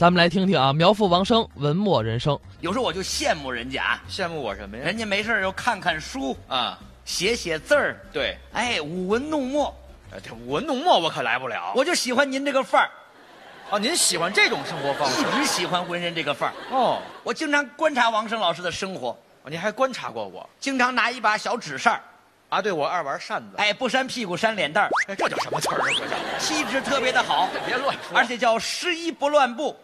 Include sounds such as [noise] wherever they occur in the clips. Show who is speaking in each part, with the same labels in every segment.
Speaker 1: 咱们来听听啊，苗阜王声文墨人生，
Speaker 2: 有时候我就羡慕人家啊，
Speaker 3: 羡慕我什么呀？
Speaker 2: 人家没事儿就看看书，
Speaker 3: 啊，
Speaker 2: 写写字儿，
Speaker 3: 对，
Speaker 2: 哎，舞文弄墨，
Speaker 3: 呃这舞文弄墨我可来不了。
Speaker 2: 我就喜欢您这个范儿，
Speaker 3: 哦，您喜欢这种生活方
Speaker 2: 一
Speaker 3: 式？
Speaker 2: 直喜欢浑身这个范儿。
Speaker 3: 哦，
Speaker 2: 我经常观察王声老师的生活，
Speaker 3: 哦您还观察过我
Speaker 2: 经常拿一把小纸扇儿，
Speaker 3: 啊？对，我爱玩扇子。
Speaker 2: 哎，不扇屁股扇脸蛋儿，
Speaker 3: 哎，这叫什么词儿啊？这叫
Speaker 2: 气质特别的好，
Speaker 3: 别乱说
Speaker 2: 而且叫湿衣不乱步，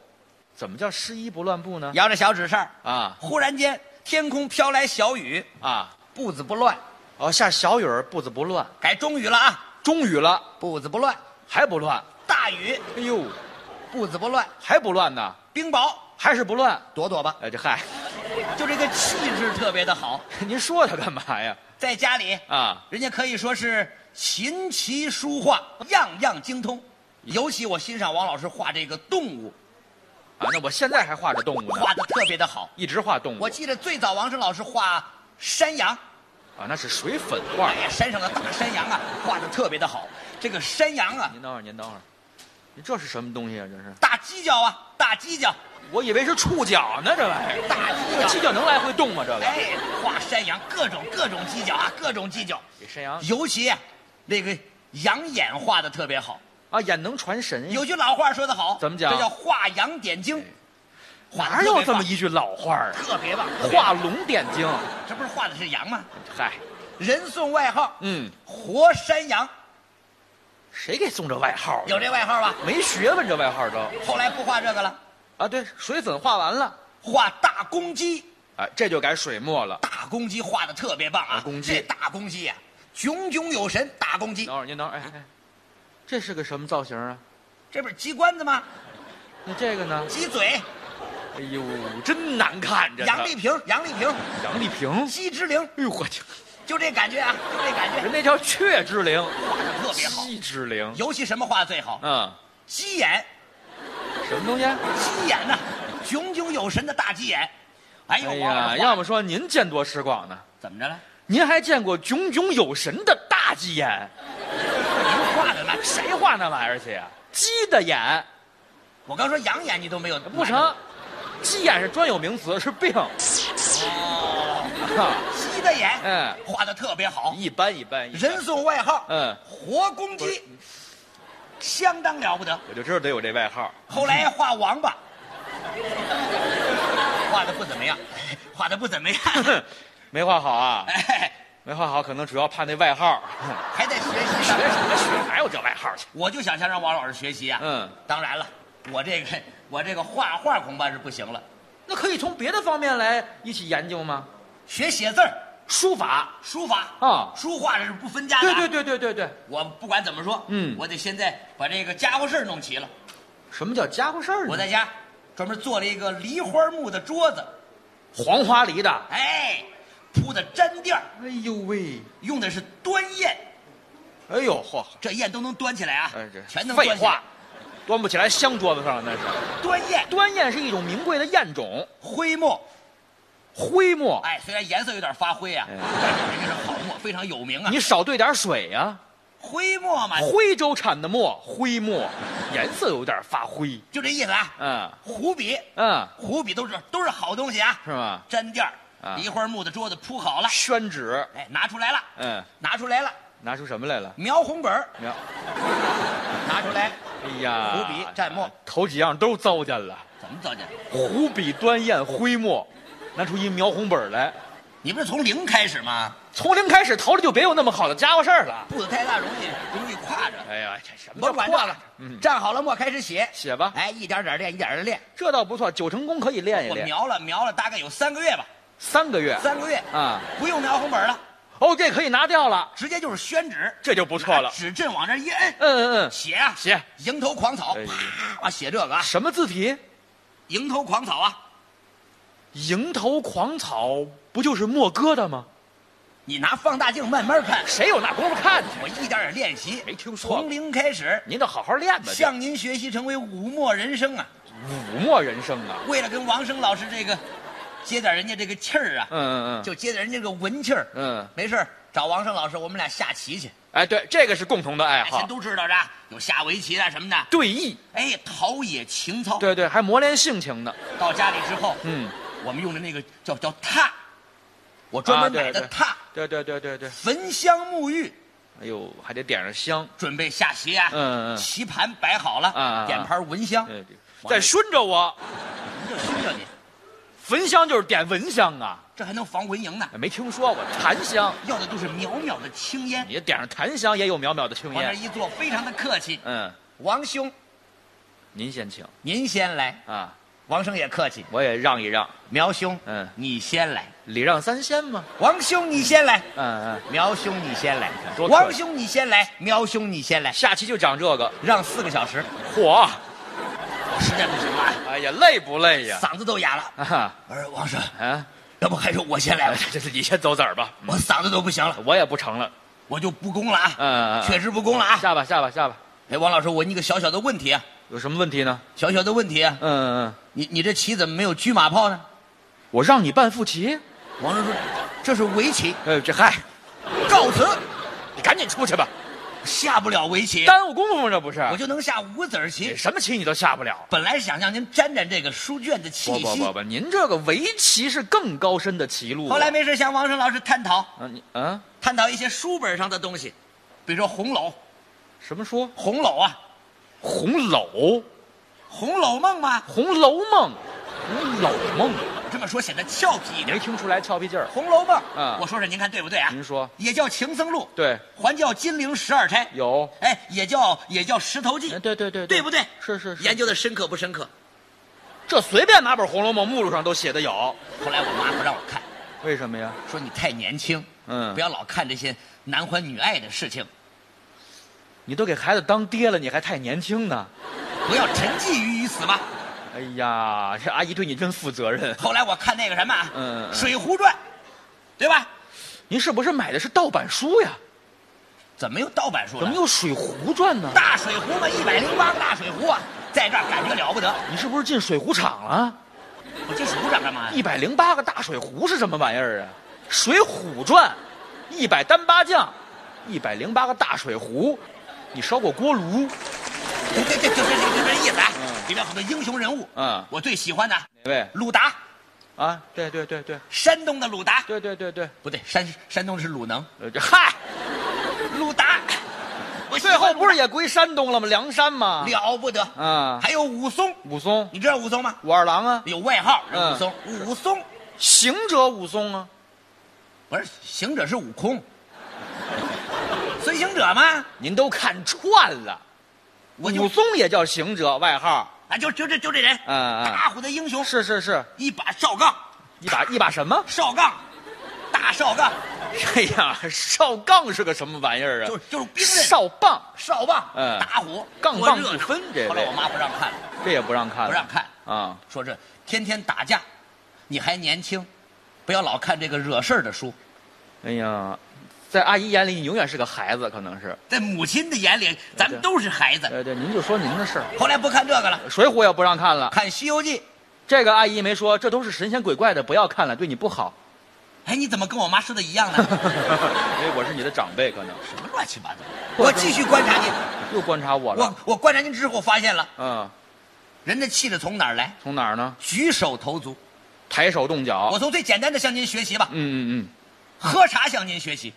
Speaker 3: 怎么叫失衣不乱步呢？
Speaker 2: 摇着小纸扇儿，
Speaker 3: 啊
Speaker 2: 忽然间天空飘来小雨，
Speaker 3: 啊，
Speaker 2: 步子不乱，
Speaker 3: 哦，下小雨儿步子不乱，
Speaker 2: 改中雨了啊，
Speaker 3: 中雨了
Speaker 2: 步子不乱，
Speaker 3: 还不乱，
Speaker 2: 大雨
Speaker 3: 哎呦，
Speaker 2: 步子不乱，
Speaker 3: 还不乱呢，
Speaker 2: 冰雹
Speaker 3: 还是不乱。
Speaker 2: 躲躲吧。
Speaker 3: 哎，这嗨， [laughs]
Speaker 2: 就这个气质特别的好，
Speaker 3: 您说他干嘛呀？
Speaker 2: 在家里
Speaker 3: 啊，
Speaker 2: 人家可以说是琴棋书画样样精通。尤其我欣赏王老师画这个动物，
Speaker 3: 啊，那我现在还画着动物呢，
Speaker 2: 画的特别的好。
Speaker 3: 一直画动物。
Speaker 2: 我记得最早王声老师画山羊，
Speaker 3: 啊，那是水粉画
Speaker 2: 哎。呀，山上的大山羊啊，画的特别的好。这个山羊啊，
Speaker 3: 您等会儿，您等会儿，您这是什么东西啊？这是？
Speaker 2: 大犄角啊，大犄角，
Speaker 3: 我以为是触角呢，这玩意儿。
Speaker 2: 大
Speaker 3: [laughs] 这个
Speaker 2: 犄
Speaker 3: 犄
Speaker 2: 角，
Speaker 3: 角能来回动吗？这个
Speaker 2: 哎，画山羊各种各种犄角啊，各种犄角。
Speaker 3: 给山羊
Speaker 2: 尤其啊，那个羊眼画的特别好。
Speaker 3: 啊，眼能传神呀
Speaker 2: 有句老话说得好，
Speaker 3: 怎么讲哎
Speaker 2: 这叫画羊点睛。画得
Speaker 3: 哪
Speaker 2: 特
Speaker 3: 有
Speaker 2: 别
Speaker 3: 这么
Speaker 2: 棒
Speaker 3: 一句老话儿啊？
Speaker 2: 特别棒？
Speaker 3: 画龙点睛。
Speaker 2: 这不是画的是羊吗？
Speaker 3: 嗨，
Speaker 2: 人送外号
Speaker 3: 嗯，
Speaker 2: “活山羊
Speaker 3: 谁给送这外号啊？”，
Speaker 2: 有这外号吧？
Speaker 3: 没学问这外号都
Speaker 2: 后来不画这个了，
Speaker 3: 啊？对，水粉画完了，
Speaker 2: 画大公鸡。
Speaker 3: 哎，这就改水墨了。
Speaker 2: 大公鸡画的特别棒啊！
Speaker 3: 大公鸡
Speaker 2: 这大公鸡呀、炯炯有神。大公鸡
Speaker 3: 等，会儿，您等会儿，哎哎，这是个什么造型啊？
Speaker 2: 这不是鸡冠子吗？
Speaker 3: 那这个呢？
Speaker 2: 鸡嘴，
Speaker 3: 哎呦，真难看这个
Speaker 2: 杨丽萍，杨丽萍，
Speaker 3: 杨丽萍。
Speaker 2: 鸡之灵，
Speaker 3: 哎呦我去，
Speaker 2: 就这感觉啊，就这感觉
Speaker 3: 人那叫雀之灵，
Speaker 2: 画的特别好。
Speaker 3: 鸡之灵。
Speaker 2: 尤其什么画的最好？
Speaker 3: 嗯，
Speaker 2: 鸡眼，
Speaker 3: 什么东西？啊
Speaker 2: 鸡眼呐、炯炯有神的大鸡眼。哎呦，
Speaker 3: 哎
Speaker 2: 王老
Speaker 3: 呀，
Speaker 2: 师
Speaker 3: 要么说您见多识广呢，
Speaker 2: 怎么着了？
Speaker 3: 您还见过炯炯有神的大鸡眼？
Speaker 2: 您画的那
Speaker 3: 谁画那玩意儿去呀、鸡的眼
Speaker 2: 我刚说养眼你都没有，
Speaker 3: 不成，鸡眼是专有名词，是病。 [laughs]
Speaker 2: 哦，
Speaker 3: 啊
Speaker 2: 鸡的眼，
Speaker 3: 嗯
Speaker 2: 画的特别好，
Speaker 3: 一般一般，一般
Speaker 2: 人送外号，
Speaker 3: 嗯
Speaker 2: 活公鸡，相当了不得。
Speaker 3: 我就知道得有这外号。 [laughs]
Speaker 2: 后来画王八， [laughs] 画的不怎么样， [laughs] 画的不怎么
Speaker 3: [laughs]
Speaker 2: 样， [laughs]
Speaker 3: 没画好啊，
Speaker 2: 哎，
Speaker 3: 没画好，可能主要怕那外号。 [laughs]
Speaker 2: 还在学习
Speaker 3: 学
Speaker 2: 上面。
Speaker 3: 什么学？哪有这外号去？
Speaker 2: 我就想先让王老师学习啊。
Speaker 3: 嗯，
Speaker 2: 当然了，我这个我这个画画恐怕是不行了，
Speaker 3: 那可以从别的方面来一起研究吗？
Speaker 2: 学写字儿、
Speaker 3: 书法。
Speaker 2: 书法
Speaker 3: 啊
Speaker 2: 书画这是不分家的
Speaker 3: 对
Speaker 2: 啊。
Speaker 3: 对对对对对，
Speaker 2: 我不管怎么说，
Speaker 3: 嗯
Speaker 2: 我得现在把这个家伙事儿弄齐了。
Speaker 3: 什么叫家伙事儿呢？
Speaker 2: 我在家专门做了一个梨花木的桌子，
Speaker 3: 黄花梨的。
Speaker 2: 哎，铺的毡垫儿，
Speaker 3: 哎呦喂！
Speaker 2: 用的是端砚，
Speaker 3: 哎呦嚯！
Speaker 2: 这砚都能端起来啊，
Speaker 3: 哎，这
Speaker 2: 全能端起来
Speaker 3: 废话，端不起来镶桌子上了那是。
Speaker 2: 端砚、
Speaker 3: 端砚是一种名贵的砚种，
Speaker 2: 徽墨，
Speaker 3: 徽墨，
Speaker 2: 哎，虽然颜色有点发灰啊，
Speaker 3: 哎
Speaker 2: 但是人家是好墨，非常有名啊。
Speaker 3: 你少兑点水呀、
Speaker 2: 徽墨嘛，
Speaker 3: 徽州产的墨，徽墨，颜色有点发灰。
Speaker 2: 就这意思啊。
Speaker 3: 嗯
Speaker 2: 湖笔，
Speaker 3: 嗯，
Speaker 2: 湖笔都是都是好东西啊，
Speaker 3: 是吗？
Speaker 2: 毡垫儿、
Speaker 3: 啊
Speaker 2: 梨花木的桌子铺好了，
Speaker 3: 宣纸，
Speaker 2: 哎，拿出来了，
Speaker 3: 嗯，
Speaker 2: 拿出来了，
Speaker 3: 拿出什么来了？
Speaker 2: 描红本儿
Speaker 3: 没有。
Speaker 2: 拿出来，
Speaker 3: 哎呀，哎
Speaker 2: 湖笔蘸墨，
Speaker 3: 头几样都糟践了。
Speaker 2: 怎么糟践？
Speaker 3: 湖笔、端砚、徽墨，拿出一描红本来。
Speaker 2: 你不是从零开始吗？
Speaker 3: 从零开始，头里就别有那么好的家伙事儿了。
Speaker 2: 步子太大，容易容易挎着。
Speaker 3: 哎呀，这什么
Speaker 2: 甭
Speaker 3: 叫
Speaker 2: 管这
Speaker 3: 破
Speaker 2: 个
Speaker 3: 了？，嗯，
Speaker 2: 站好了墨开始写，
Speaker 3: 写吧
Speaker 2: 哎，一点点练，一点点练。
Speaker 3: 这倒不错，九成功可以练一
Speaker 2: 我
Speaker 3: 练。
Speaker 2: 描了描了，大概有三个月吧，
Speaker 3: 三个月
Speaker 2: 三个月，
Speaker 3: 啊，
Speaker 2: 不用描红本了，
Speaker 3: 哦，这可以拿掉了，
Speaker 2: 直接就是宣纸，
Speaker 3: 这就不错
Speaker 2: 拿。
Speaker 3: 了
Speaker 2: 纸震往这一摁，
Speaker 3: 嗯嗯嗯，
Speaker 2: 写啊
Speaker 3: 写，
Speaker 2: 蝇头狂草
Speaker 3: 哎，
Speaker 2: 啪，啊写这个啊，
Speaker 3: 什么字体？
Speaker 2: 蝇头狂草啊，
Speaker 3: 蝇头狂草不就是墨疙瘩吗？
Speaker 2: 你拿放大镜慢慢看，
Speaker 3: 谁有那功夫看去？
Speaker 2: 我一点点练习，
Speaker 3: 没听说过
Speaker 2: 从零开始，
Speaker 3: 您得好好练吧。这
Speaker 2: 向您学习，成为武墨人生啊！
Speaker 3: 武墨人生啊。
Speaker 2: 为了跟王生老师这个接点人家这个气儿啊，
Speaker 3: 嗯嗯嗯，
Speaker 2: 就接点人家这个文气儿，
Speaker 3: 嗯，
Speaker 2: 没事儿找王胜老师，我们俩下棋去。
Speaker 3: 哎，对，这个是共同的爱
Speaker 2: 哎
Speaker 3: 好
Speaker 2: 咱。都知道着，有下围棋啊的什么的。
Speaker 3: 对弈，
Speaker 2: 哎，陶冶情操。，
Speaker 3: 对对，还磨练性情呢。
Speaker 2: 到家里之后，
Speaker 3: 嗯，
Speaker 2: 我们用的那个叫叫榻，我专门买的榻，
Speaker 3: 啊对对对对对，
Speaker 2: 焚香沐浴，
Speaker 3: 哎呦，还得点上香。
Speaker 2: 准备下棋啊。
Speaker 3: 嗯嗯嗯
Speaker 2: 棋盘摆好了，
Speaker 3: 嗯嗯嗯
Speaker 2: 点盘蚊香，
Speaker 3: 哎
Speaker 2: 往
Speaker 3: 再熏着我，
Speaker 2: 你就熏着你，
Speaker 3: 焚香就是点蚊香啊，
Speaker 2: 这还能防蚊蝇呢。
Speaker 3: 哎没听说过檀香，
Speaker 2: 要的就是渺渺的青烟。
Speaker 3: 你点上檀香也有渺渺的青
Speaker 2: 往那儿
Speaker 3: 烟。
Speaker 2: 一坐，非常的客气。
Speaker 3: 嗯，
Speaker 2: 王兄，
Speaker 3: 您先请
Speaker 2: 您先来。
Speaker 3: 啊，
Speaker 2: 王生也客气。
Speaker 3: 我也让一让，
Speaker 2: 苗兄，
Speaker 3: 嗯
Speaker 2: 你先来。
Speaker 3: 礼让三先嘛。
Speaker 2: 王兄，你先来。
Speaker 3: 嗯嗯，
Speaker 2: 苗兄，你先来。
Speaker 3: 多客气
Speaker 2: 王兄，你先来。苗兄，你先来。
Speaker 3: 下棋就讲这个，
Speaker 2: 让四个小时，
Speaker 3: 火，
Speaker 2: 我实在不行了，
Speaker 3: 哎呀，累不累呀？
Speaker 2: 嗓子都哑了。
Speaker 3: 啊
Speaker 2: 我说王生，
Speaker 3: 啊，
Speaker 2: 要不还是我先来
Speaker 3: 哎
Speaker 2: 吧，
Speaker 3: 这这你先走子儿吧，
Speaker 2: 我嗓子都不行了，
Speaker 3: 我也不成了。
Speaker 2: 我就不攻了啊，
Speaker 3: 嗯，嗯
Speaker 2: 确实不攻了啊。
Speaker 3: 下吧下吧下吧，
Speaker 2: 哎，王老师，我问你个小小的问题啊，
Speaker 3: 有什么问题呢？
Speaker 2: 小小的问题啊，
Speaker 3: 嗯嗯，
Speaker 2: 你你这棋怎么没有车马炮呢？
Speaker 3: 我让你办副棋，
Speaker 2: 王生说，这是围棋，
Speaker 3: 呃，这嗨，
Speaker 2: 告辞，
Speaker 3: 你赶紧出去吧，
Speaker 2: 下不了围棋。
Speaker 3: 耽误功夫这不是？哎
Speaker 2: 我就能下五子儿棋。
Speaker 3: 什么棋你都下不了。
Speaker 2: 本来想让您沾沾这个书卷的气
Speaker 3: 不
Speaker 2: 息，
Speaker 3: 不不不，您这个围棋是更高深的棋路啊。
Speaker 2: 后来没事向王生老师探讨
Speaker 3: 啊，你啊，
Speaker 2: 探讨一些书本上的东西，比如说红楼，
Speaker 3: 什么说《
Speaker 2: 红楼啊，
Speaker 3: 红楼》《
Speaker 2: 《红楼梦》嘛，
Speaker 3: 红楼梦》《红楼梦》，
Speaker 2: 这么说显得俏皮一
Speaker 3: 你
Speaker 2: 点。
Speaker 3: 没听出来俏皮劲儿？
Speaker 2: 《红楼梦》
Speaker 3: 嗯
Speaker 2: 我说说您看对不对啊？
Speaker 3: 您说
Speaker 2: 也叫《情僧录》，
Speaker 3: 对，
Speaker 2: 还叫《金陵十二钗》，
Speaker 3: 有，
Speaker 2: 哎，也叫也叫《石头记
Speaker 3: 哎》，对对对，
Speaker 2: 对不对？
Speaker 3: 是是是，
Speaker 2: 研究的深刻不深刻？
Speaker 3: 这随便拿本《红楼梦》目录上都写的有，
Speaker 2: 后来我妈不让我看，
Speaker 3: 为什么呀？
Speaker 2: 说你太年轻，
Speaker 3: 嗯
Speaker 2: 不要老看这些男欢女爱的事情，
Speaker 3: 你都给孩子当爹了，你还太年轻呢。
Speaker 2: 不要沉寂于于此嘛。
Speaker 3: 哎呀，这阿姨对你真负责任。
Speaker 2: 后来我看那个什么啊，
Speaker 3: 嗯嗯嗯
Speaker 2: 水浒传》，对吧？
Speaker 3: 您是不是买的是盗版书呀？
Speaker 2: 怎么又盗版书了？
Speaker 3: 怎么又《水浒传》呢？
Speaker 2: 大水壶嘛，一百零八个大水壶啊，在这儿感觉了不得。
Speaker 3: 你是不是进水浒场了？
Speaker 2: 我这水壶长干嘛呀？ [laughs]
Speaker 3: 一百零八个大水壶是什么玩意儿啊？《水浒传》，一百单八将，一百零八个大水壶，你烧过锅炉？
Speaker 2: 对对对，就这就这意思啊
Speaker 3: 嗯。
Speaker 2: 里面很多英雄人物，
Speaker 3: 嗯
Speaker 2: 我最喜欢的
Speaker 3: 哪位？
Speaker 2: 鲁达，
Speaker 3: 啊，对对对对
Speaker 2: 山东的鲁达，
Speaker 3: 对对对对，
Speaker 2: 不对，山山东是鲁能，
Speaker 3: 呃这嗨，
Speaker 2: 鲁达，我喜
Speaker 3: 最
Speaker 2: 欢
Speaker 3: 后不是
Speaker 2: 鲁
Speaker 3: 也归山东了吗？梁山吗
Speaker 2: 达？了不得
Speaker 3: 嗯
Speaker 2: 还有武松，
Speaker 3: 武松、
Speaker 2: 你知道武松吗？
Speaker 3: 武二郎啊，
Speaker 2: 有外号
Speaker 3: 嗯
Speaker 2: 武松，武松
Speaker 3: 行者武松啊，
Speaker 2: 不是行者是悟空，孙行者嘛，
Speaker 3: 您都看串了。
Speaker 2: 我就
Speaker 3: 武松也叫行者，外号。
Speaker 2: 啊，就就这就这人，
Speaker 3: 嗯嗯
Speaker 2: 大虎的英雄，
Speaker 3: 是是是，
Speaker 2: 一把哨杠，
Speaker 3: 一 [laughs] 把一把什么？
Speaker 2: 哨杠，大哨杠，
Speaker 3: 哎呀，哨杠是个什么玩意儿啊？
Speaker 2: 就是就是兵刃，
Speaker 3: 哨棒，
Speaker 2: 哨棒，
Speaker 3: 嗯
Speaker 2: 打虎，
Speaker 3: 杠
Speaker 2: 多
Speaker 3: 棒
Speaker 2: 热闹
Speaker 3: 不分这位
Speaker 2: 后来我妈不让看了，
Speaker 3: 这也不让看了，
Speaker 2: 不让看，
Speaker 3: 啊！
Speaker 2: 说这天天打架，你还年轻，不要老看这个惹事儿的书。
Speaker 3: 哎呀，在阿姨眼里，你永远是个孩子，可能是。
Speaker 2: 在母亲的眼里，咱们都是孩子。
Speaker 3: 呃，对，您就说您的事儿，
Speaker 2: [laughs] 后来不看这个了，
Speaker 3: 《水浒》也不让看了。
Speaker 2: 看《西游记》。
Speaker 3: 这个阿姨没说，这都是神仙鬼怪的，不要看了，对你不 [laughs] 好。
Speaker 2: 哎，你怎么跟我妈说的一样呢？
Speaker 3: 因 [laughs] 为哎我是你的长辈，可能
Speaker 2: 什么乱七八糟！
Speaker 3: 我
Speaker 2: 我继续观
Speaker 3: [laughs]
Speaker 2: 察您，
Speaker 3: 又观察我了。
Speaker 2: 我我观察您之后发现了，
Speaker 3: 嗯，
Speaker 2: 人的气质从哪儿来？
Speaker 3: 从哪儿呢？
Speaker 2: 举手投足。
Speaker 3: 抬手动脚
Speaker 2: 我。从最简单的向您学习吧，
Speaker 3: 嗯嗯
Speaker 2: 喝茶向您学习。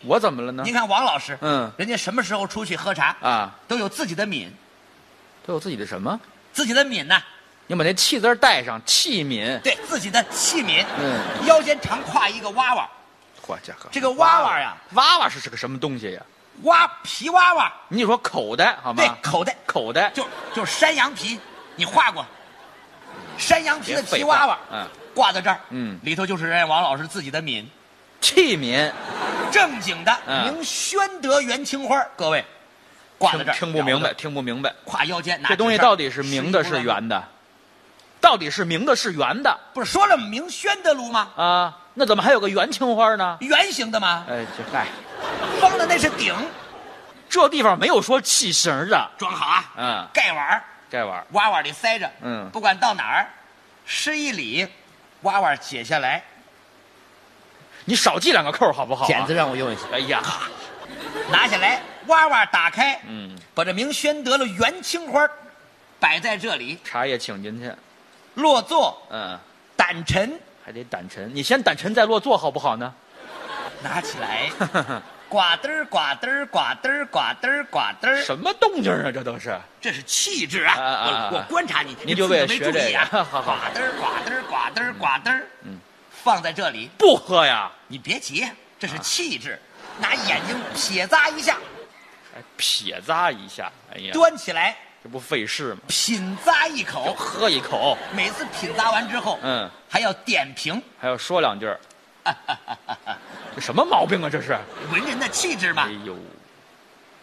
Speaker 3: 嗯，我怎么了呢
Speaker 2: 您？看王老师，
Speaker 3: 嗯
Speaker 2: 人家什么时候出去喝茶，
Speaker 3: 啊，
Speaker 2: 都有自己的抿，
Speaker 3: 都有自己的什么？
Speaker 2: 自己的抿呐，
Speaker 3: 你把那气字儿带上，器皿。
Speaker 2: 对自己的器皿，
Speaker 3: 嗯，
Speaker 2: 腰间常挎一个娃娃，
Speaker 3: 嚯家伙，
Speaker 2: 这个娃娃呀，
Speaker 3: 娃娃是是个什么东西呀？
Speaker 2: 挖皮娃娃，
Speaker 3: 你得说口袋好
Speaker 2: 对
Speaker 3: 吗？，
Speaker 2: 口袋
Speaker 3: 口袋
Speaker 2: 就就是山羊皮，你画过，山羊皮的
Speaker 3: 别废
Speaker 2: 皮娃
Speaker 3: 话
Speaker 2: 娃，
Speaker 3: 嗯，
Speaker 2: 挂在这儿，
Speaker 3: 嗯
Speaker 2: 里头就是人家王老师自己的抿，
Speaker 3: 器皿，
Speaker 2: 正经的
Speaker 3: 嗯
Speaker 2: 明宣德元青花，各位，挂在
Speaker 3: 听
Speaker 2: 这儿，
Speaker 3: 听不明
Speaker 2: 了
Speaker 3: 白，听不明白，
Speaker 2: 不得，挎腰间，拿
Speaker 3: 这东西
Speaker 2: 纸扇
Speaker 3: 到底是明的，是？圆的？到底是明的，是圆的
Speaker 2: 不是说了明宣德炉吗？
Speaker 3: 啊？那怎么还有个圆青花呢？
Speaker 2: 圆形的吗？
Speaker 3: 哎，这嗨，
Speaker 2: 方的那是顶，
Speaker 3: 这地方没有说器型的，
Speaker 2: 装好啊。
Speaker 3: 嗯，
Speaker 2: 盖碗儿
Speaker 3: 这玩意儿
Speaker 2: 娃娃里塞着，
Speaker 3: 嗯
Speaker 2: 不管到哪儿，施一礼，娃娃解下来，
Speaker 3: 你少系两个扣儿好不好、
Speaker 4: 剪子。让我用一下。
Speaker 3: 哎呀，
Speaker 2: 拿下来，哇哇打开，
Speaker 3: 嗯，
Speaker 2: 把这明宣德的元青花摆在这里，
Speaker 3: 茶叶请进去。
Speaker 2: 落座
Speaker 3: 嗯，
Speaker 2: 胆沉，
Speaker 3: 还得胆沉，你先胆沉再落座好不好呢？ [laughs]
Speaker 2: 拿起来，呱嘚儿呱嘚儿呱嘚儿呱嘚儿呱嘚儿，
Speaker 3: 什么动静啊？这都是。
Speaker 2: 这是气质啊！
Speaker 3: 啊啊啊
Speaker 2: 我我观察你，
Speaker 3: 您就为了
Speaker 2: 你自己都没注意啊！
Speaker 3: 学这个 [laughs] 好好
Speaker 2: 呱嘚儿呱嘚儿呱嘚儿呱嘚儿，
Speaker 3: 嗯
Speaker 2: 放在这里，
Speaker 3: 不喝呀？
Speaker 2: 你别急，这
Speaker 3: 啊
Speaker 2: 是气质，拿眼睛撇咂一下，
Speaker 3: 哎，撇咂一下。哎呀，
Speaker 2: 端起来
Speaker 3: 这不费事吗？哦
Speaker 2: 品咂一口，
Speaker 3: 喝一口，
Speaker 2: 每次品咂完之后，
Speaker 3: 嗯，
Speaker 2: 还要点评，
Speaker 3: 还要说两句儿。这什么毛病啊？这是？
Speaker 2: 文人的气质嘛
Speaker 3: 哎。呦，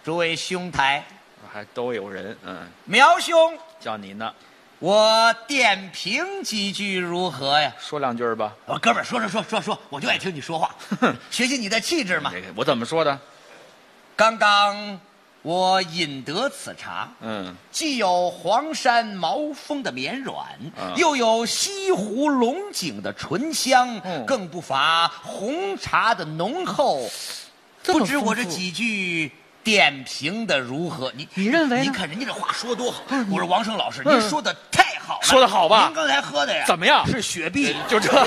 Speaker 2: 诸位兄台，
Speaker 3: 还都有人，嗯，
Speaker 2: 苗兄，
Speaker 3: 叫你呢，
Speaker 2: 我点评几句如何呀？
Speaker 3: 说两句儿吧。
Speaker 2: 我哥们儿，说说说说说，我就爱听你说
Speaker 3: [laughs]
Speaker 2: 话，学习你的气质嘛。
Speaker 3: 这个我怎么说的？
Speaker 2: 刚刚我饮得此茶，
Speaker 3: 嗯，
Speaker 2: 既有黄山毛峰的绵软，
Speaker 3: 嗯
Speaker 2: 又有西湖龙井的醇香，
Speaker 3: 嗯
Speaker 2: 更不乏红茶的浓厚。
Speaker 1: 这么
Speaker 2: 不知我这
Speaker 1: 丰富
Speaker 2: 几句点评的如何？你
Speaker 1: 你认为呢
Speaker 2: 你看人家这话说多好！我说王生老师，您说的太好了，
Speaker 3: 说得好吧
Speaker 2: 您刚才喝的呀，
Speaker 3: 怎么样
Speaker 2: 是雪碧。
Speaker 3: 就这个，